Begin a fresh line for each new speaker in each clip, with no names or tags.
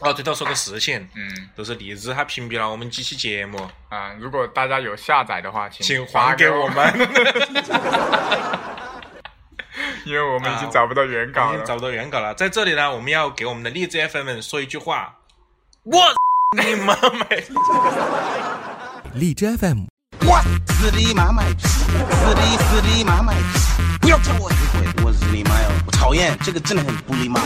哦，对，到时候个事情，
嗯
就是荔枝它屏蔽了我们几期节目，
啊，如果大家有下载的话，请
请
请
还给我
我，
们，
因为我们已经找不到原
啊已
稿
经
了。
找不到原稿了。在这里呢，我们要给我们的荔枝 FM 们说一句话，我你妈卖！
荔枝 FM
我日你妈卖批！日你日你妈卖批！不要叫我日鬼，我日你妈哟！我讨厌，这个真的很不礼貌。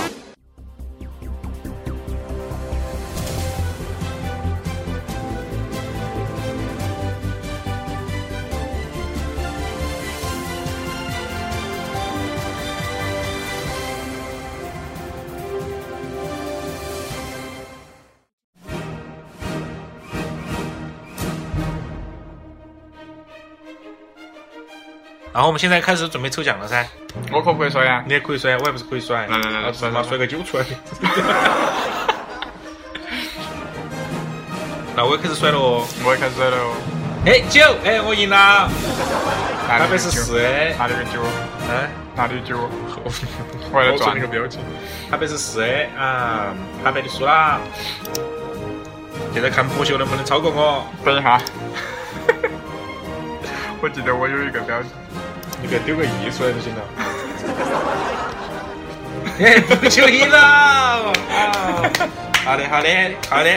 然后我们现在开始准备抽奖了噻，
我可不可以说呀？
你也可以摔，我也不是可以摔，
来来来来
他
摔
妈
摔
摔个酒出来。那我也开始摔了哦，
我也开始说了哦，
哎九，哎我赢了，
哪
那边
里个
是
九？
四，
哪里个九？
哎，
哪里个九？
我
我也
做
转
那个表情，他被是四 A 啊，他被你输啦。现在看博秀能不能哦超过我？
等一下， 我记得我有一个标题，
你别丢个亿出来就行了。 哎，不秀赢了 啊！好的，好的，好的。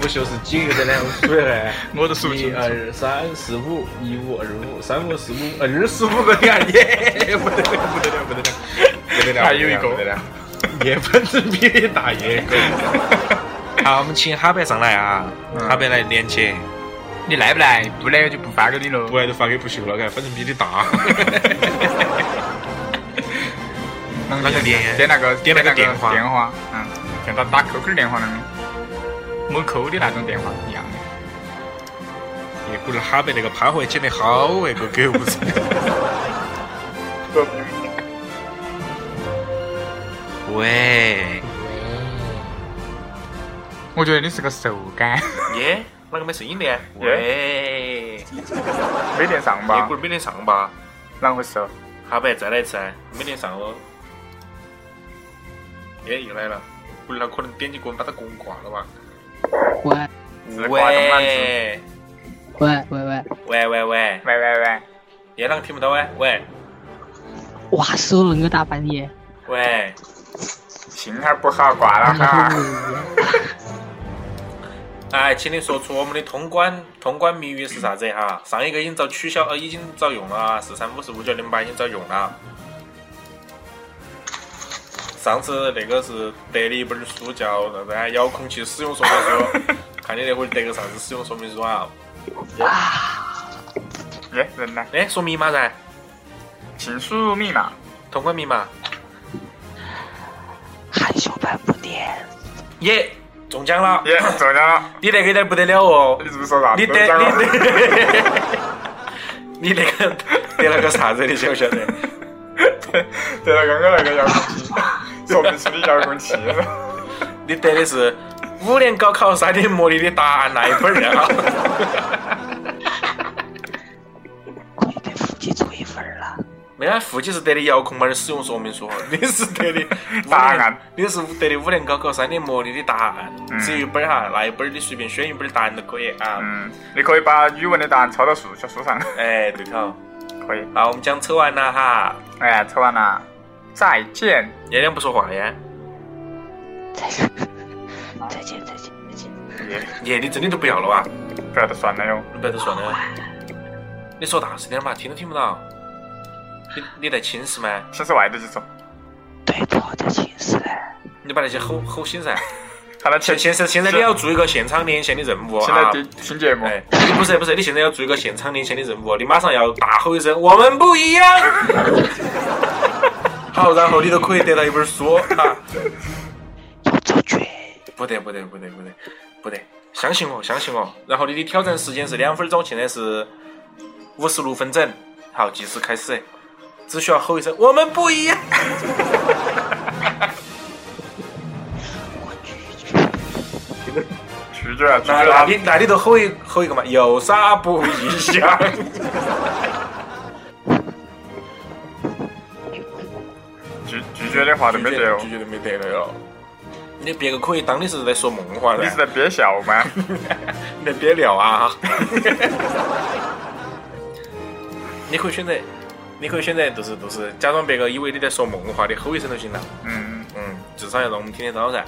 不秀是几个人呢？我数一下，
我都数 不
一
清楚。
二三四五，一五二五三五四五，二十五个呀！耶， 不得了，不得了，不得了，不得了！
还有一个
不得了， 夜本子比你大爷 狗。好，我们请哈白上来啊，
嗯
哈白来连接，
你来不来？不来我就不发给你了。
不然就发给不秀了，嘎，反正比你大。
那
那就点
点那个
点那个
那个
电话
电话，嗯，像他打 QQ 电话那种，没扣的那种电话一样的。
你估计哈白那个趴回剪得好哎，个狗日！ 喂，
我觉得你是个瘦干，
耶，哪个没声音的？喂，你
没连上 吧
估？计没连上吧？
啷回事哦？
哈白再来一次，没连上哦。耶，又来了，估计他可能点击功把他功挂了吧？
喂
是挂的满子。
喂喂喂，
喂喂喂，
喂喂喂，
耶，啷个听不到哎？喂
哇，收了个大半夜，
喂，
信号不好，挂了
然后
哈。
哎，请你说出我们的通关通关谜语是啥子哈？上一个已经遭取消，呃，已经遭用了啊，四三五四五九零八已经遭用了。上次那个是得了一本书叫啥子啊？遥控器使用说 明书，看你那会儿得个啥子使用说明书啊？
耶，人呢？
哎，说密码噻，
请输入密码。
通关密码。
含羞半步癫，
耶，中奖了！
耶，中奖了！
你那个有点不得了哦
你，是不是说啥
你
子
得
都中奖
你
了？
得，你那个得 了个啥子？你晓不晓得？
对了，刚刚那个遥控器，说明书的遥控器。
你得的是五年高考三年模拟的答案那一本儿 啊！
我也被腹肌出一分儿了。
没啊，腹肌是得的遥控板的使用说明书，你是得 的
答案，
你是得的五年高考三年模拟的答案，只有一本儿哈，那一本儿你随便选一本儿答案都可以啊。
嗯，你可以把语文的答案抄到数学书上。
哎，对头，
可以。
好，我们讲扯完了哈，
哎，抽完了，再见。
爷娘不说话耶，
再见，再见，再见，再见。
耶，
爷你真的都不要了啊哇？
不要得算了哟。
你不要再说了，你说大声点嘛，听都听不到。你你在寝室吗？
寝室外头就说，
对头，在寝室嘞。
你把那些吼吼醒 噻。
他的
现
寝
现在现在你要做一个现场连线的任务
现在
啊！
听听节目，
哎，你不是不是，你现在要做一个现场连线的任务，哦你马上要大吼一声“我们不一样”， 好，然后你就可以得到一本书啊！
有主角，
不得不得不得不得不得，相信我相信我。然后你的挑战时间是两分钟，现在是五十六分整，好，计时开始，只需要吼一声“我们不一样
我拒绝。
拒绝了，”，拒
那
绝
那
了。
你那你就吼一吼一个嘛，有啥不一样？
拒拒绝的话就没得哦 哦
拒。绝的没得了哟。你别个可以当你是在说梦话
你
噻
是，在憋笑吗？
你在憋尿啊！哈你可以选择，你可以选择，就是就是假装别个以为你在说梦话的吼一声就行了。
嗯，
嗯，至少要让我们听得到噻，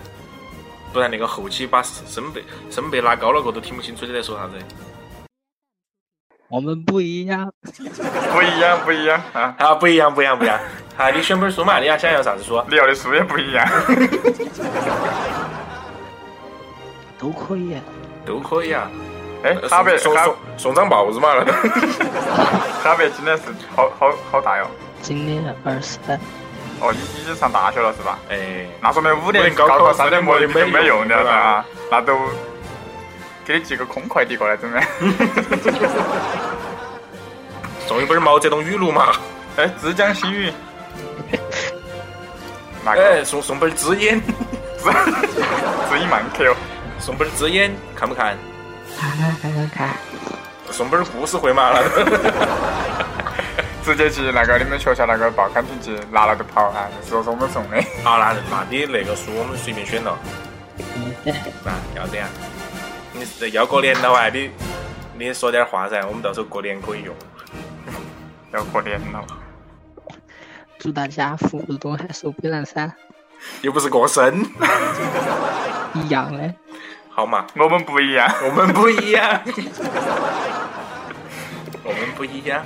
不然那个后期把声贝声贝拉高了过都听不清楚你在说啥子。
我们不一样。
不一样，不一样啊！
啊，不一样，不一样，不一样。啊，你选本书嘛，你要想要啥子书？
你要的书也不一样。
都可以。
都可以啊。
哎，
呃
傻白，
送
傻
送送张报纸嘛，那个
傻白今年是好好好大哟！
今年二十三，
哦，你已经上大学了是吧？
哎，
那说明五年
五年高考
考三年模拟
三年模
就
拟
没
没
用
用
的
了
了啊！那都给你寄个空快递过来，怎么样？
送一本毛泽东语录嘛。
哎，《浙江新 语》那个
哎，送送本知音，
自自己慢客哦。
送本知音看不看？
看看看看看，
送本故事会嘛，那 个
直接去那个你们学校那个报刊评级拿了就跑啊！说是我们送的，
啊，那那你那个书我们随便选了，
嗯
啊，要这样。你是要过年了哇？你你说点话噻，我们到时候过年可以用。
要过年了。
祝大家福如东海，寿比南山。
又不是过生，
一样的，
好嘛？
我们不一样，
我们不一样， 我们不一样，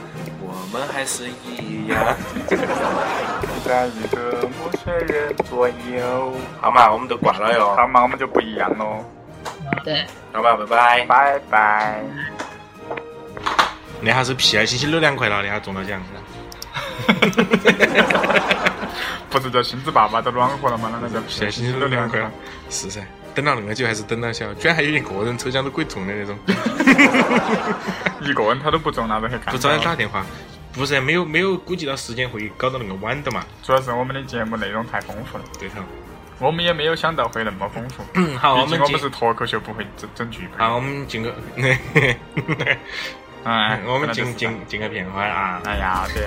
我们还是一样。
在一个陌生人左右。
好嘛，我们都挂了哟。
好嘛，我们就不一样喽，
对，
好吧，拜拜。
拜拜。
那还是屁孩星星流量快了，那还中到奖了。
不是叫星子爸爸都暖和了吗？那那叫
屁孩星星流量快了，是噻。等了那么久，还是等到小，居然还有一个人抽奖都可以中的那种。
一个人他都不中，那都还
不
看到
早点打电话，不是没有没有估计到时间会搞到那个晚的嘛，
主要是我们的节目内容太丰富了，
对头。我
我们也没有想到会那么丰富。
嗯好我
毕竟
们
我
进
们是脱口秀，不会整整剧本。
好，我们 进个，
哎，
我们
本来就是
进进进个片花啊。
哎呀，对。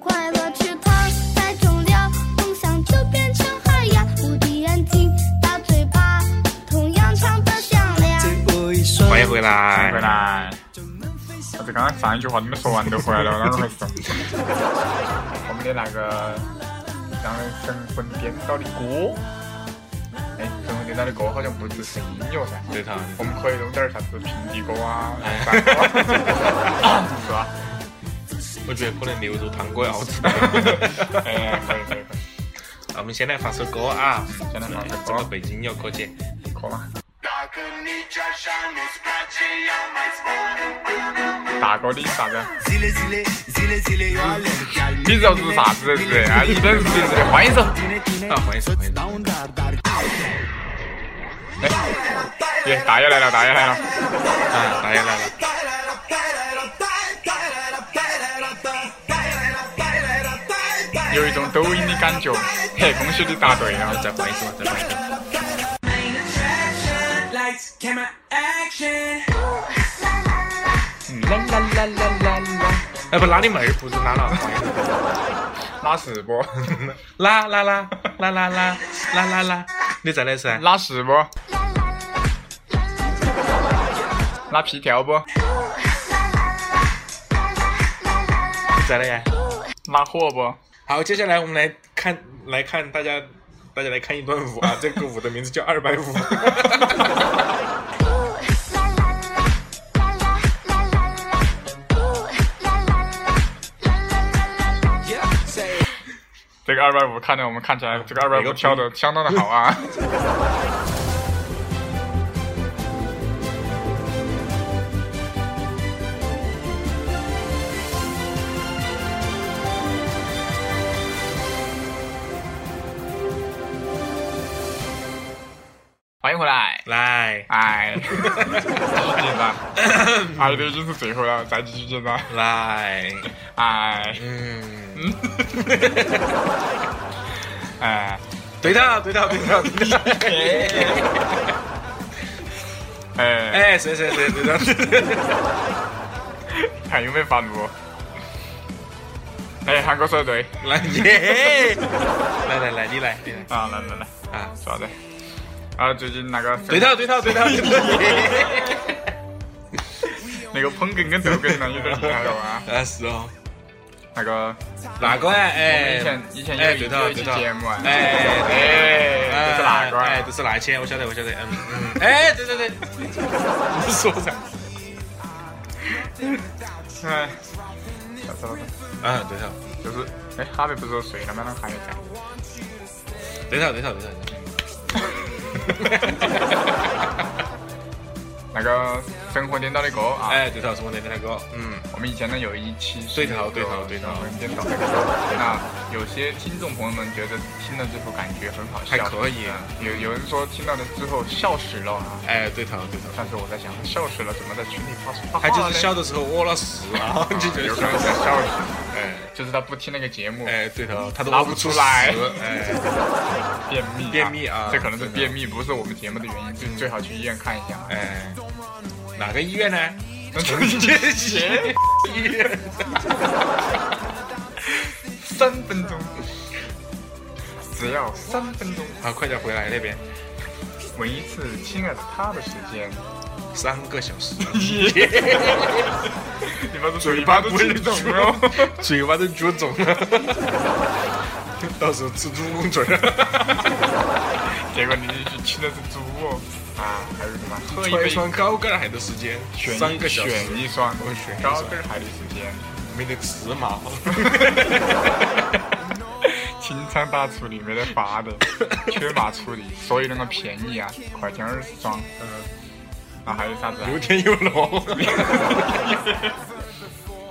快乐池塘栽种了，梦想就变成海洋。无敌眼睛，大嘴巴，同样长得像梁。
欢迎回
回
来，
来。我这刚刚上一句话你们说完都回来了，哪儿回事？我们的那个让人神魂颠倒的歌，哎，神魂颠倒的歌好像不只是音乐噻，
对头。
我们可以弄点儿啥子平底歌啊，啥歌啊是吧？
我觉得可能留住啊汤哥要吃。
哎，可以可以可以，
那我们先来放首歌啊，
先来放
这
首
个
歌，
背景音乐可姐。
可吗？大哥的啥子？你知道这是啥子是不是？啊，一边是就是的欢迎手。
啊，欢迎收听。
耶，大爷来了，大爷来了，
啊，大家来了。
有一种抖音的感觉。嘿，恭喜你答对了，再换一首，再换一首。
哎，不拉你妹儿，不是拉了，欢迎收听。
拉是不？
拉拉拉拉拉拉拉拉拉，你再来一次啊。
拉是不？拉皮条不？
再来呀。
拉货不？
好，接下来我们来看来看大家，大家来看一段舞啊，这个舞的名字叫二百五。
这个二百五看着我们看起来，这个二百五跳的相当的好啊！欢迎回来，哎
来
爱，紧 张，爱的已经是最后了，再继续紧张，
来，
爱，
嗯，
哎，
对的，对的，对的，对的。
哎，
哎，是是是，对的。
看有没有发怒？哎，韩哥说的对，
来耶！来来来，你来，你来
啊，来来来，
啊！
说啥子？啊，最近那个
对头，对头，对 头，对头。
那个捧哏跟逗哏呢，有点厉害了啊，
啊，是哦。
那个
那个哎，哎，
以前以前
哎，
有
对
一
头
有，一
对
期
头，
节目啊，
哎，
哎， 就是那个
哎，
啊
都，是那些，我晓得，我晓得，嗯 嗯，哎，对对 对，你说噻，
哎，啥子了？
啊，对头，
就是，哎，哈维不是说睡了吗？那个哈维在。
对头，对头，对头，
那个生活颠倒的歌啊，
哎，对头，是我那天那个，嗯，
我们以前呢有一期是
对头对头对头
生活颠倒的歌，那有些听众朋友们觉得听了之后感觉很好
还
笑，
可以，
嗯有有人说听到了之后笑死了啊，
哎，对头，对头，
但是我在想笑死了怎么在群里发发话
他就是
嘞
小的时候我了事啊，
啊
你 就
有
觉
可能
得，
在笑死，
哎
就是他不听那个节目，
哎，对头，他都
拉不出来
哎，
便秘啊
便秘啊嗯
这可能是便秘，不是我们节目的原因，就最好去医院看一下啊。
哎，哪个医院呢？重庆医院。
三分钟，只要三分钟，
好，快点回来那边，
闻一次亲爱的他的时间。
三个小时，
你把
嘴巴都
吹
亲
肿
肿
了
了。 嘴巴都撅肿了， 到时候吃猪公嘴
结果你去亲的是猪哦。啊，还有什么？喝一
穿一
杯，
双高跟鞋的时间，
选
三个小时，
选一双
我选一双
高跟鞋的时间。
没得吃嘛。
清仓大处理没得法 的，缺码处理，所以那个便宜啊，块钱二十双。嗯。啊，还有啥子啊？
有天有龙，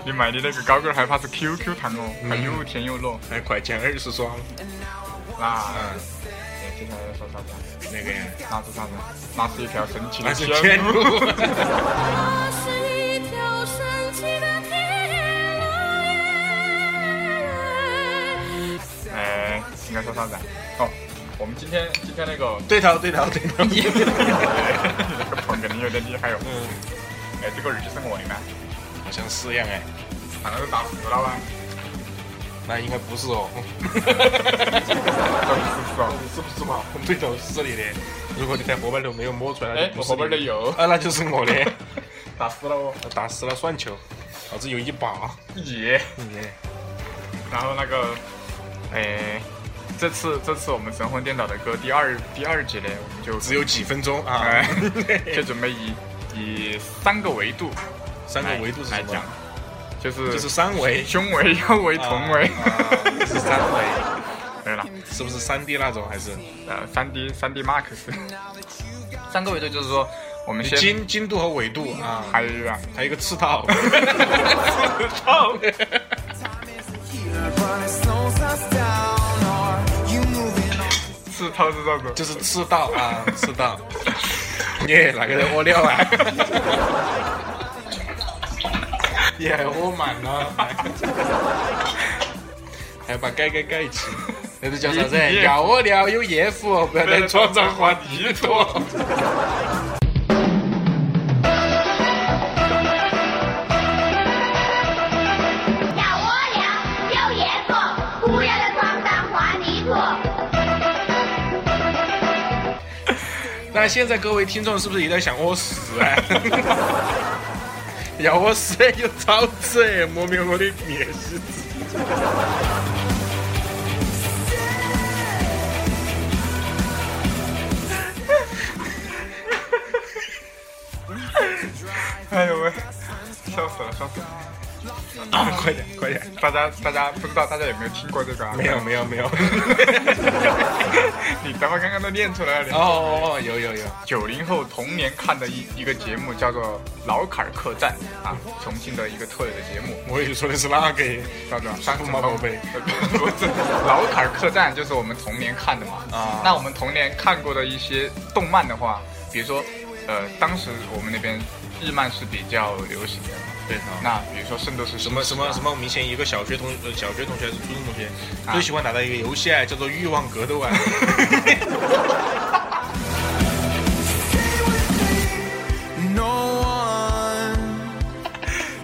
你买的那个高跟鞋怕是 QQ 糖哦，还
嗯
又甜又糯。
还快钱二十双，
那
嗯，
哎接下来要说啥子啊？
那个呀，
那是啥子？啊那是一条神奇
那
的
是
线
天
路。
路，
那是一条神奇的铁路耶。
哎，应该说啥子？啊？哦，我们今天今天那个
对头对头对
这
头，
个捧哏有点厉害哟。嗯。哎，这个耳机是我的吗？
好像是一样哎，
看到都打死了吧？
那应该不是哦，
到底是不是啊？
是不是嘛？我们对头是你的，如果你在后边头没有摸出来，那
哎
就，不
我
是
后边
你
的
的
有，
啊，那就是我的，
打死了哦。
打死了算球，老子有一把。
耶。
耶，
然后那个，哎，这次这次我们神魂颠倒的歌第二第二集嘞，我们就
只有几分钟啊！
哎， 就准备以以三个维度
三个
来
维度是
来
什
哎讲
么？，
就是
就是三维，
胸 围、腰围、臀围，
啊啊是三维，
对了。
是不是三 D 那种？还是
呃，三 D 三 D Max，三个维度就是说，我们先
经经度和纬度啊？
还有一个，
还有一个赤道， 哦
是操是操作，
就是赤道啊，赤道。 耶，哪个人屙尿啊？耶，屙满了， 还把盖盖盖起。那是叫啥子？
耶
要屙尿有夜壶，不要在床上画地图。
要我俩有野兔，不要在床上滑泥土。
那现在各位听众是不是有点想我死啊？ 要我死哎有草子，磨灭我的面子。
哎呦喂，笑死了笑 死了！
啊快点，快点！
大家大家不知道大家有没有听过这个啊？
没有，没有，没有。
你咱们刚刚都念出来了。
哦哦，有有有，
九零后童年看的一一个节目叫做《老坎儿客栈》啊，重庆的一个特有的节目，
我以为说的是那个
叫做《
山
城
风 马宝贝》。
不是，老坎儿客栈就是我们童年看的嘛。
啊
那我们童年看过的一些动漫的话，比如说，呃，当时我们那边日漫是比较流行的，
对，
那比如说《圣斗士星
什
矢》
么什么
啊
什么，我们以前一个小学同呃小学同学还是初中同学，
啊
最喜欢打的一个游戏啊，叫做《欲望格斗》 啊。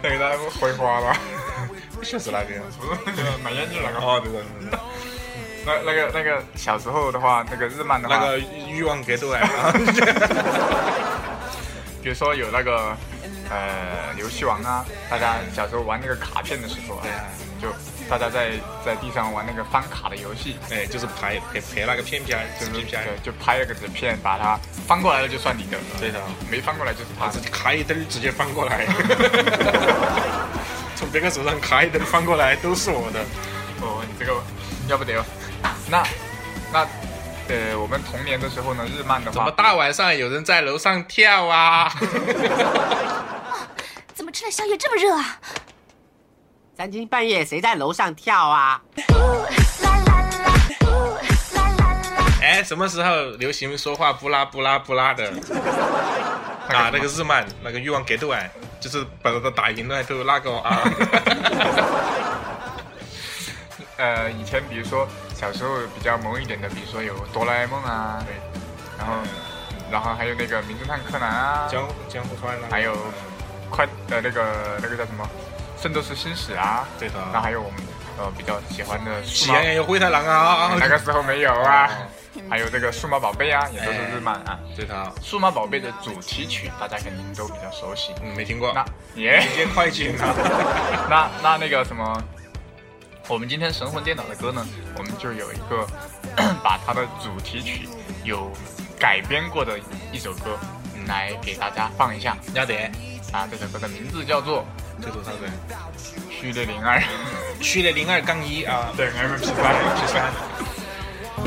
那个大家都回花了，确实那 边，不是买烟就那个。
哦，对对对对，
那那个那个小时候的话，那个日漫的话，
那个欲望格斗啊，
比如说有那个呃游戏王啊，大家小时候玩那个卡片的时候啊，就大家在在地上玩那个翻卡的游戏，
哎，就是排陪陪那个片片，就
就是
是片片，
对就拍了个纸片，把它翻过来了就算你的，
对的，
没翻过来就是他
把
的
自。己卡一灯直接翻过来， 从别个手上卡一灯翻过来都是我的。
哦，你这个要不得哦。那那呃，我们童年的时候呢，日漫的
怎么
话，
大晚上有人在楼上跳啊？
怎么吃了宵夜这么热啊？
三更半夜谁在楼上跳啊？
哎，什么时候流行说话不拉不拉不拉的？啊，那个日漫，那个欲望格斗啊，就是把他打赢了都那个 啊。
呃，以前比如说小时候比较萌一点的，比如说有哆啦 A 梦啊，然后然后还有那个名侦探柯南啊，
江湖江湖川啊
还有快呃那个那个叫什么《圣斗士星矢》啊，
对的
那还有我们呃比较喜欢的
喜
数码哎
羊，羊哦与灰太狼啊，
那个时候没有啊，还有这个数码宝贝啊，也都是日漫啊。
对的，
数码宝贝的主题曲大家肯定都比较熟悉，
嗯，没听过。
那耶
直接快进啊！
那那那个什么，我们今天神魂颠倒的歌呢，我们就有一个 把它的主题曲有改编过的一首歌来给大家放一下
鸭点，
啊。这首歌的名字叫做
这头上人，
《序列零二》，
序列零二杠一啊，
对 M P 三 M P 三。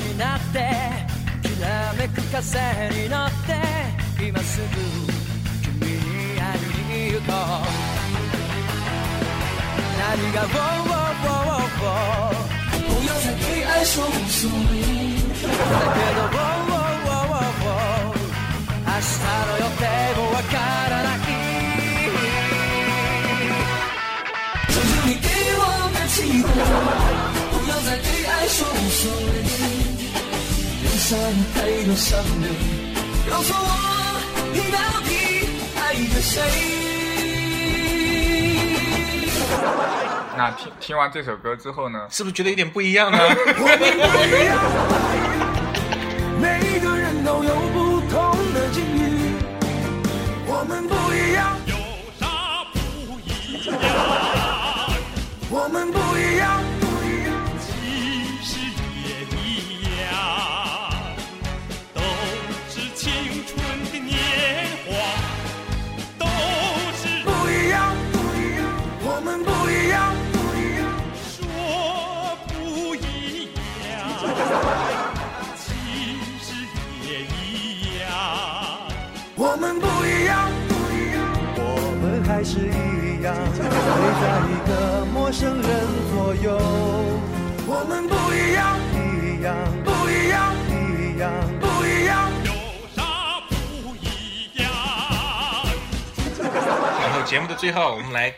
那听听完这首歌之后呢，
是不是觉得有点不一样呢？啊 然后节目的最后，我们来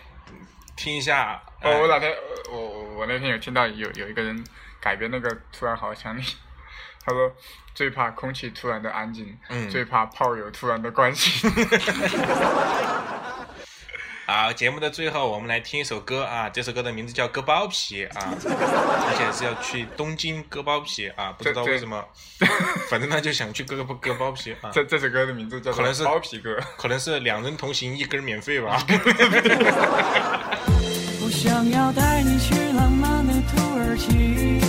听一下。
我
呃
我那天我我我那天有听到有有一个人改编那个《突然好想你》， 他说最怕空气突然的安静，
嗯
最怕炮友突然的关心。
好，啊节目的最后，我们来听一首歌啊，这首歌的名字叫《割包皮》啊，而且是要去东京割包皮啊，不知道
这这
为什么， 反正他就想去割个割包皮 啊，
这这首歌的名字叫
可
做
能
《
是
包皮歌》。
可能是两人同行一根免费 吧。
我想要带你去浪漫的土耳其，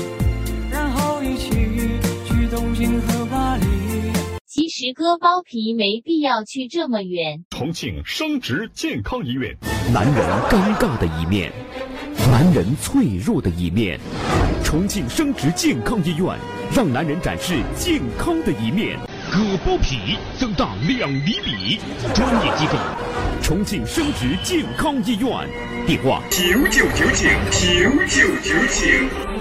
然后一起去东京和巴黎。
其实割包皮没必要去这么远。
重庆生殖健康医院。
男人尴尬的一面，男人脆弱的一面。重庆生殖健康医院让男人展示健康的一面，
割包皮增大两厘米，专业机构。
重庆生殖健康医院，电话
九九九九九九九。